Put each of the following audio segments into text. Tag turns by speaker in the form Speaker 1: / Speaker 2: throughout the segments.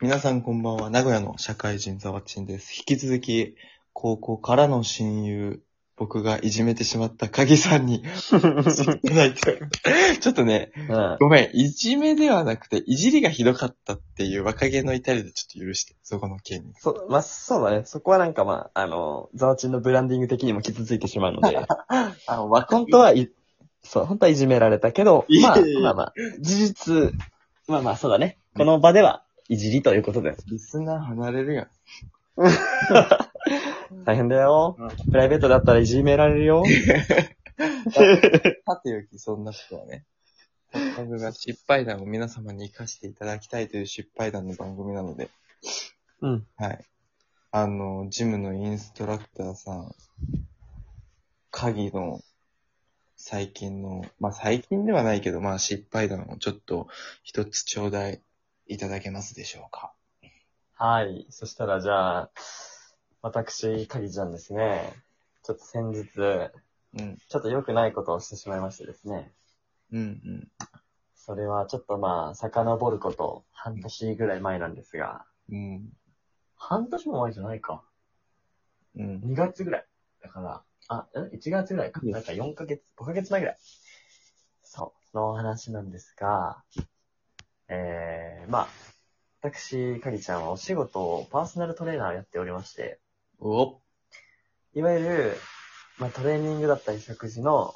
Speaker 1: 皆さんこんばんは。名古屋の社会人ザワッチンです。引き続き、高校からの親友、僕がいじめてしまった鍵さんに、ないとちょっとね、
Speaker 2: うん。
Speaker 1: ごめん、いじめではなくて、いじりがひどかったっていう若気の至りでちょっと許して、そこの件に。
Speaker 2: そ、まあ、そうだね。そこはなんかまあ、あの、ザワチンのブランディング的にも傷ついてしまうの で、
Speaker 1: あの、若
Speaker 2: 本当はい、そう、本当はいじめられたけど
Speaker 1: いえいえ、
Speaker 2: まあまあまあ、事実、まあまあそうだね。この場では、いじりということで。
Speaker 1: リスナー離れるやん。
Speaker 2: 大変だよ。プライベートだったらいじめられる よ。
Speaker 1: さておき、そんなことはね。僕が失敗談を皆様に活かしていただきたいという失敗談の番組なので、
Speaker 2: うん。
Speaker 1: はい。あの、ジムのインストラクターさん、鍵の最近の、まあ最近ではないけど、まあ失敗談をちょっと一つ頂戴いただけますでしょうか。
Speaker 2: はい。そしたらじゃあ、私、かぎちゃんですね。ちょっと先日、
Speaker 1: うん。
Speaker 2: ちょっと良くないことをしてしまいましてですね。
Speaker 1: うんうん。
Speaker 2: それはちょっとまあ、遡ること、半年ぐらい前なんですが、
Speaker 1: うん。
Speaker 2: 半年も前じゃないか。
Speaker 1: うん。
Speaker 2: 2月ぐらい。だから、あ、ん ?1 月ぐらいか。なんか4ヶ月、5ヶ月前ぐらい。そう、そのお話なんですが、えー、まあ、私、かぎちゃんはお仕事をパーソナルトレーナーをやっておりまして、
Speaker 1: お
Speaker 2: いわゆる、まあ、トレーニングだったり食事の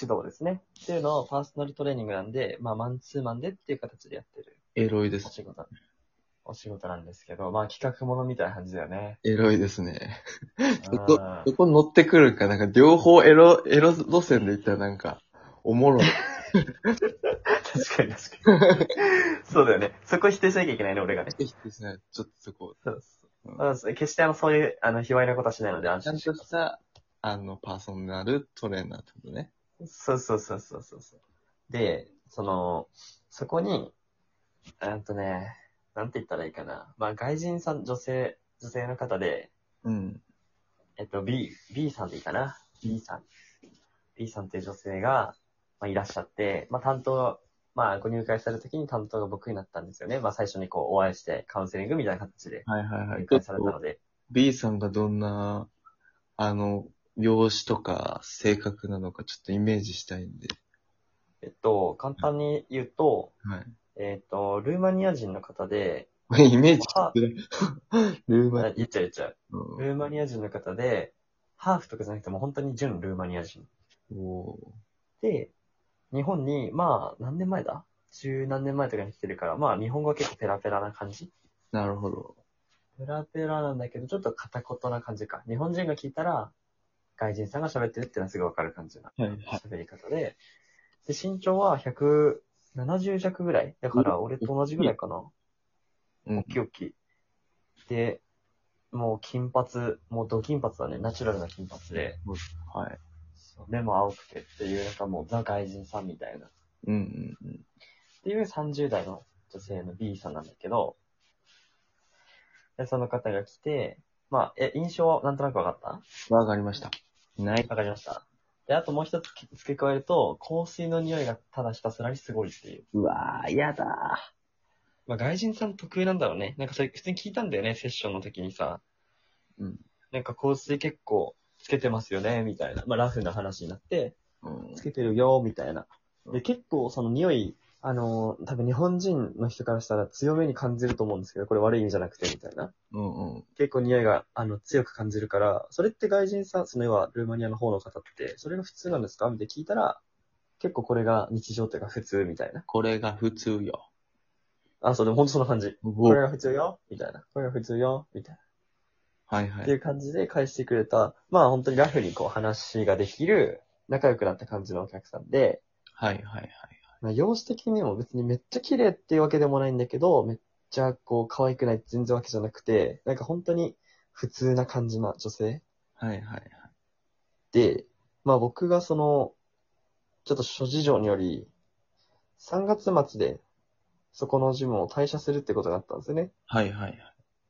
Speaker 2: 指導ですね。っていうのをパーソナルトレーニングなんで、まあ、マンツーマンでっていう形でやってる。
Speaker 1: エロいで
Speaker 2: お
Speaker 1: す。
Speaker 2: 仕事、お仕事なんですけど、まあ企画ものみたいな感じだ よね。
Speaker 1: エロいですね。そこ
Speaker 2: う
Speaker 1: そ
Speaker 2: ん
Speaker 1: こ乗ってくるんか、なんか両方エロ、エロ路線でいったらなんか、おもろい。
Speaker 2: 確かに確かに。そうだよね。そこ否定しなきゃいけないね、俺がね。
Speaker 1: ぜひですね、ちょっとそこ、
Speaker 2: そうそう決してあの、そういう、あの、卑猥なことはしないので安
Speaker 1: ちゃ
Speaker 2: 心
Speaker 1: ん
Speaker 2: して
Speaker 1: と
Speaker 2: くだ
Speaker 1: し
Speaker 2: さ
Speaker 1: た、あの、パーソナルトレーナーってことね。
Speaker 2: い。そうそうそうそうそうそう。で、その、そこに、えーっとね、なんて言ったらいいかな。まあ外人さん、女性、女性の方で、
Speaker 1: うん。
Speaker 2: えっと、B、B さんでいいかな ?B さん。B さんっていう女性が、まあ、いらっしゃって、まあ、担当、まあ、ご入会された時に担当が僕になったんですよね。まあ、最初にこう、お会いして、カウンセリングみたいな形で、
Speaker 1: はいはいは
Speaker 2: 入
Speaker 1: い。
Speaker 2: 会されたので。
Speaker 1: B さんがどんな、あの、容姿とか性格なのかちょっとイメージしたいんで。
Speaker 2: えっと、簡単に言うと、
Speaker 1: は
Speaker 2: えっと、ルーマニア人の方で、
Speaker 1: い。イメージしづ らい。ルーマ
Speaker 2: あ
Speaker 1: ニ
Speaker 2: 言っちゃう言っちゃう。
Speaker 1: ア。
Speaker 2: ルーマニア人の方で、ハーフとかじゃなくてもう本当に純ルーマニア人。
Speaker 1: お
Speaker 2: で、日本に、まあ、何年前だ十何年前とかに来てるから、まあ、日本語は結構ペラペラな感じ
Speaker 1: なるほど。
Speaker 2: ペラペラなんだけど、ちょっと片言な感じか。日本人が聞いたら、外人さんが喋ってるってのはすぐわかる感じな
Speaker 1: はいい。
Speaker 2: 喋り方で。で、身長は170弱ぐらい。だから、俺と同じぐらいかな。
Speaker 1: うん
Speaker 2: 大きい大きい。で、もう金髪、もうド金髪だね。ナチュラルな金髪で。
Speaker 1: はい。
Speaker 2: 目も青くてっていう、なんかもうザ外人さんみたいな。っ
Speaker 1: うんうん
Speaker 2: ていう30代の女性の B さんなんだけど、で、その方が来て、まあ、え、印象はなんとなくわかった
Speaker 1: うん。わかりました。ない。
Speaker 2: わかりました。で、あともう一つ付け加えると、香水の匂いがただひたすらにすごいっていう。
Speaker 1: うわぁ、やだ
Speaker 2: まあ、外人さん得意なんだろうね。なんかそれ普通に聞いたんだよね、セッションの時にさ。
Speaker 1: うん。
Speaker 2: なんか香水結構つけてますよね、みたいな。まあ、ラフな話になって、
Speaker 1: うん
Speaker 2: つけてるよ、みたいな。で、結構その匂い、あのー多分日本人の人からしたら強めに感じると思うんですけど、これ悪い意味じゃなくて、みたいな。
Speaker 1: うんうん。
Speaker 2: 結構匂いが、あの、強く感じるから、それって外人さん、その要はルーマニアの方の方って、それが普通なんですかみたいな聞いたら、結構これが日常というか普通みたいな。
Speaker 1: これが普通よ。
Speaker 2: あ、そう、でも本当そんな感じ。
Speaker 1: お
Speaker 2: これが普通よみたいな。これが普通よみたい
Speaker 1: はい
Speaker 2: な。
Speaker 1: は
Speaker 2: ってい
Speaker 1: い。
Speaker 2: う感じで返してくれた、まあ本当にラフにこう話ができる、仲良くなった感じのお客さんで、
Speaker 1: はいはいはい。
Speaker 2: まあ容姿的にも別にめっちゃ綺麗っていうわけでもないんだけど、めっちゃこう可愛くないって全然わけじゃなくて、なんか本当に普通な感じな女性
Speaker 1: はいはいはい。
Speaker 2: で、まあ僕がその、ちょっと諸事情により、3月末で、そこのジムを退社するってことがあったんですよね。
Speaker 1: はいはい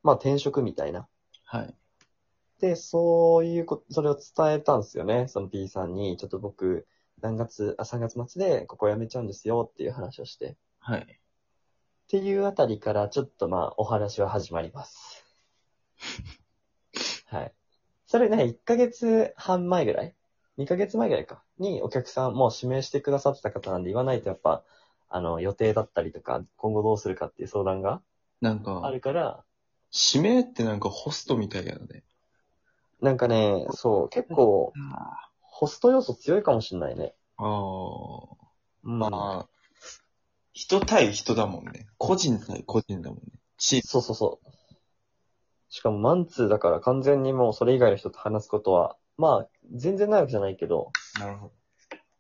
Speaker 2: まあ転職みたいな。
Speaker 1: はい。はい。
Speaker 2: で、そういうこと、それを伝えたんですよね。その B さんに、ちょっと僕、何月、あ、3月末でここ辞めちゃうんですよっていう話をして。
Speaker 1: はい。
Speaker 2: っていうあたりから、ちょっとまあ、お話は始まります。 はい。それね、1ヶ月半前ぐらい ?2 ヶ月前ぐらいか。にお客さん、もう指名してくださってた方なんで、言わないとやっぱ、あの、予定だったりとか、今後どうするかっていう相談が
Speaker 1: なん
Speaker 2: あ
Speaker 1: か、
Speaker 2: るから、
Speaker 1: 指名ってなんかホストみたいやのね。
Speaker 2: なんかね、そう、結構、ホスト要素強いかもしんないね。
Speaker 1: ああ。
Speaker 2: ま
Speaker 1: まあ、人対人だもんね。個人対個人だもんね。チー
Speaker 2: そうそうそう。しかもマンツーだから完全にもうそれ以外の人と話すことは、まあ、全然ないわけじゃないけど、
Speaker 1: ム。なるほ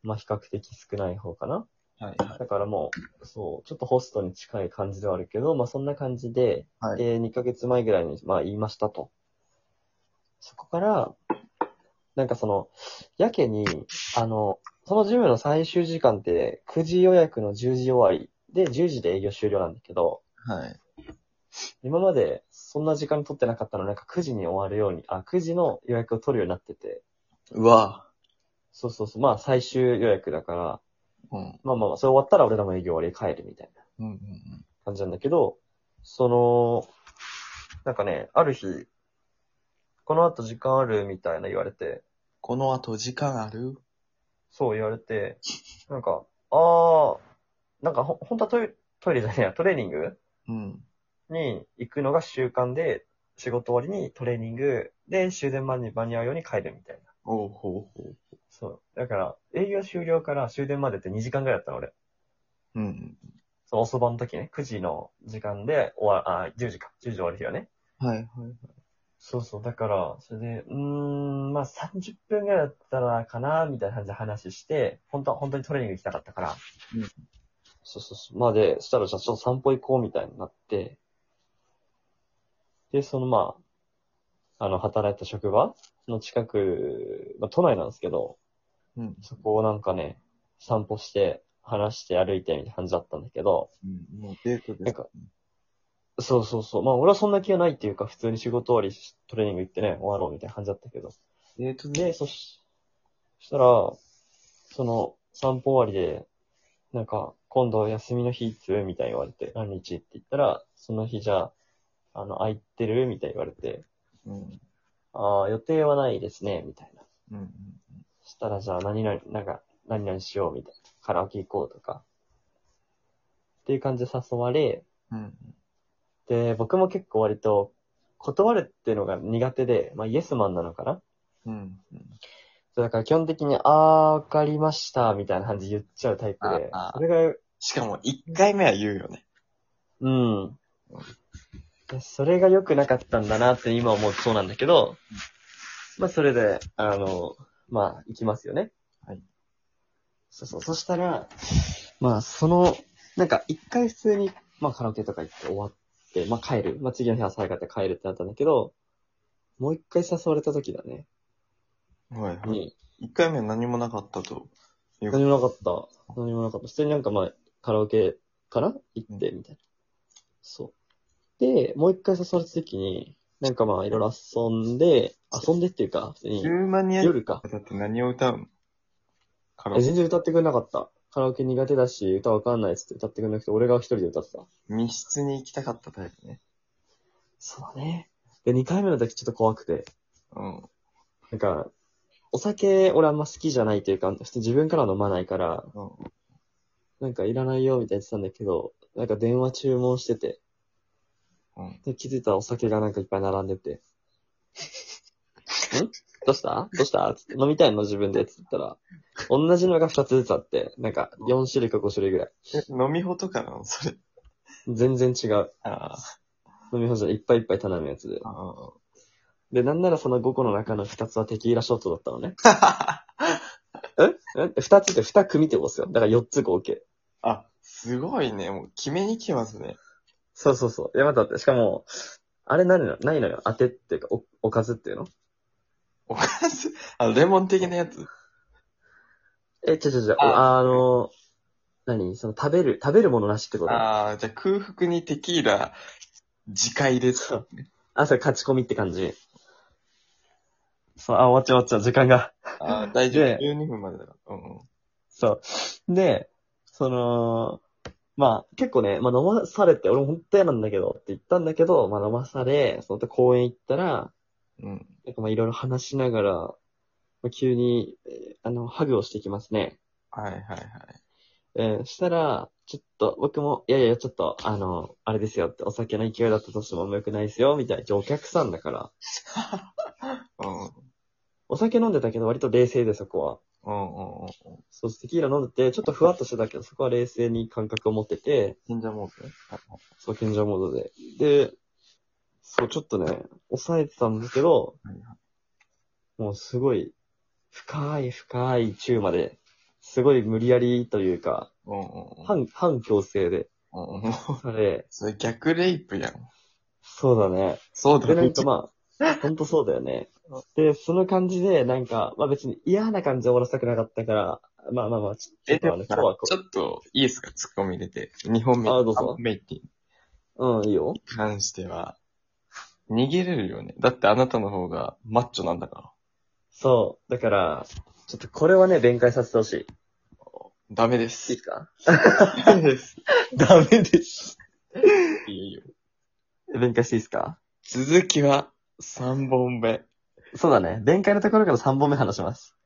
Speaker 2: まあ比較的少ない方かな。
Speaker 1: ど。はい。
Speaker 2: だからもう、そう、ちょっとホストに近い感じではあるけど、まあそんな感じで、
Speaker 1: はい
Speaker 2: で、2ヶ月前ぐらいに、まあ言いましたと。そこから、なんかその、やけに、あの、そのジムの最終時間って、9時予約の10時終わりで、10時で営業終了なんだけど、
Speaker 1: はい。
Speaker 2: 今までそんな時間取ってなかったのになんか9時に終わるように、あ、9時の予約を取るようになってて、
Speaker 1: うわ。
Speaker 2: そうそうそう、まあ最終予約だから、
Speaker 1: うん。
Speaker 2: まあまあまあ、それ終わったら俺らも営業終わりで帰るみたいな
Speaker 1: うんうんうん。
Speaker 2: 感じなんだけど、その、なんかね、ある日、この後時間あるみたいな言われて、
Speaker 1: この後時間ある
Speaker 2: そう言われて、なんか、あー、なんかほ、本当はトイレ、トイレじゃねえや、トレーニング
Speaker 1: うん。
Speaker 2: に行くのが習慣で、仕事終わりにトレーニングで終電間に間に合うように帰るみたいな。
Speaker 1: おうほうほう。
Speaker 2: そう。だから、営業終了から終電までって2時間ぐらいだったの、俺。
Speaker 1: うん。
Speaker 2: その遅番の時ね、9時の時間で終わ、あ、10時か、10時終わる日はね。
Speaker 1: はいはい。
Speaker 2: そうそう、だから、それで、うーん、まあ30分ぐらいだったらかな、みたいな感じで話して、本当は、本当にトレーニング行きたかったから。
Speaker 1: うん
Speaker 2: そうそうそう。まあで、そしたらじゃあちょっと散歩行こう、みたいになって、で、そのまあ、あの、働いた職場の近く、まあ都内なんですけど、
Speaker 1: うん。
Speaker 2: そこをなんかね、散歩して、話して歩いてみたいな感じだったんだけど、
Speaker 1: うん、もうデート
Speaker 2: な
Speaker 1: で
Speaker 2: ん
Speaker 1: す。
Speaker 2: か、そうそうそう。まあ俺はそんな気がないっていうか、普通に仕事終わりしトレーニング行ってね、終わろうみたいな感じだったけど。
Speaker 1: デートで
Speaker 2: で、そし、そしたら、その散歩終わりで、なんか、今度休みの日いつみたいに言われて、何日って言ったら、その日じゃあ、あの、空いてるみたいに言われて、
Speaker 1: うん。
Speaker 2: ああ、予定はないですね、みたいな。
Speaker 1: うん。
Speaker 2: そしたらじゃあ何々、なんか、何々しようみたいな。カラオケ行こうとか。っていう感じで誘われ、
Speaker 1: うん。
Speaker 2: で、僕も結構割と、断るっていうのが苦手で、まあイエスマンなのかな
Speaker 1: うん。
Speaker 2: そうだから基本的に、あー、わかりました、みたいな感じで言っちゃうタイプで
Speaker 1: ああ、
Speaker 2: それが、
Speaker 1: しかも、一回目は言うよね。
Speaker 2: うん。でそれが良くなかったんだなって今思うとそうなんだけど、まあそれで、あの、まあ行きますよね。
Speaker 1: はい。
Speaker 2: そうそう。そしたら、まあその、なんか一回普通に、まあカラオケとか行って終わって、まあ帰る。まあ次の日朝早かったら帰るってなったんだけど、もう一回誘われた時だね。
Speaker 1: はいはい。
Speaker 2: に、
Speaker 1: 一回目は何もなかったと。いう
Speaker 2: 何もなかった。何もなかった。普通になんかまあ、カラオケから行って、みたいな。そう。で、もう一回誘われた時に、なんかまあ、いろいろ遊んで、遊んでっていうか、普通に
Speaker 1: ル、ーマニア
Speaker 2: 夜か。
Speaker 1: だって何を歌うのカラオ
Speaker 2: え、
Speaker 1: ケ
Speaker 2: 全然歌ってくれなかった。カラオケ苦手だし、歌わかんないっつって歌ってくれなくて、俺が一人で歌ってた。
Speaker 1: 密室に行きたかったタイプね。
Speaker 2: そうだね。で、二回目の時ちょっと怖くて、
Speaker 1: うん。
Speaker 2: なんか、お酒、俺あんま好きじゃないというか、普通に自分からは飲まないから、
Speaker 1: うん。
Speaker 2: なんかいらないよみたいに言ってたんだけど、なんか電話注文してて、
Speaker 1: うん
Speaker 2: で気づいたらお酒がなんかいっぱい並んでて、 んどうしたどうしたつって飲みたいの自分でつって言ったら、同じのが2つずつあって、なんか4種類か5種類ぐらい。
Speaker 1: え、飲みほとかなの それ。
Speaker 2: 全然違う。
Speaker 1: あ
Speaker 2: 飲み放題いっぱいいっぱい頼むやつで。
Speaker 1: あ。
Speaker 2: で、なんならその5個の中の2つはテキーラショットだった のね。ええ ?2 つって2組ってことですよ。だから4つ合計。
Speaker 1: あ、すごいね。もう決めに来ますね。
Speaker 2: そうそうそう。いや、まだって、しかも、あれなるの、ないのよ。当てっていうか、お、おかずっていうの
Speaker 1: おかず、あの、レモン的なやつ。
Speaker 2: え、ちょちょちょ、
Speaker 1: あ
Speaker 2: ああの、何その食べる、食べるものなしってことあ
Speaker 1: ああ、じゃあ空腹にテキーラ、自戒です。
Speaker 2: それ勝ち込みって感じ。そう、あ、終わっちゃう終わっちゃう、時間が。
Speaker 1: ああ、大丈夫。
Speaker 2: で
Speaker 1: 12分までだ。うんうん。
Speaker 2: そう。で、その、まあ、結構ね、まあ飲まされて、俺も本当嫌なんだけどって言ったんだけど、まあ飲まされ、その後公園行ったら、
Speaker 1: うん。
Speaker 2: なんかまあいろいろ話しながら、まあ、急に、えーあの、ハグをしてきますね。
Speaker 1: はいはいはい。
Speaker 2: えーしたら、ちょっと、僕も、いやいや、ちょっと、あの、あれですよって、お酒の勢いだったとしてもあんま良くないですよ、みたいな。一応お客さんだから。
Speaker 1: うん。
Speaker 2: お酒飲んでたけど、割と冷静で、そこ
Speaker 1: う
Speaker 2: は。
Speaker 1: んうんうん。
Speaker 2: そう、テキーラ飲んでて、ちょっとふわっとしてたけど、そこは冷静に感覚を持ってて、
Speaker 1: 信者モードね。はいはい
Speaker 2: そう、賢者モードで。で、そう、ちょっとね、抑えてたんですけど
Speaker 1: はい、
Speaker 2: もうすごい、深い深い中まで、すごい無理やりというか、
Speaker 1: うんうん
Speaker 2: 反、反強制で、
Speaker 1: うん。うんうん。
Speaker 2: それ、
Speaker 1: それ逆レイプやん。
Speaker 2: そうだね。
Speaker 1: そう
Speaker 2: で、
Speaker 1: だ
Speaker 2: なん
Speaker 1: ね
Speaker 2: か。まあ、ほんとそうだよね。で、その感じで、なんか、まあ別に嫌な感じで終わらせたくなかったから、まあまあまあ、ちょ
Speaker 1: え、
Speaker 2: っと
Speaker 1: で
Speaker 2: あ
Speaker 1: も
Speaker 2: の、
Speaker 1: さ
Speaker 2: 今日はこ
Speaker 1: ちょっと、いいですかツッコミ入れて。2本目。
Speaker 2: あどうぞ
Speaker 1: 三本目って
Speaker 2: う、うん、いいよ。
Speaker 1: 関しては、逃げれるよね。だってあなたの方がマッチョなんだから。
Speaker 2: そう。だから、ちょっとこれはね、弁解させてほし
Speaker 1: ダメで
Speaker 2: い。い
Speaker 1: す
Speaker 2: い。か
Speaker 1: ダ メです。
Speaker 2: ダメです。
Speaker 1: いいよ。
Speaker 2: 弁解していいですか
Speaker 1: 続きは、3本目。
Speaker 2: そうだね。弁解のところから3本目話します。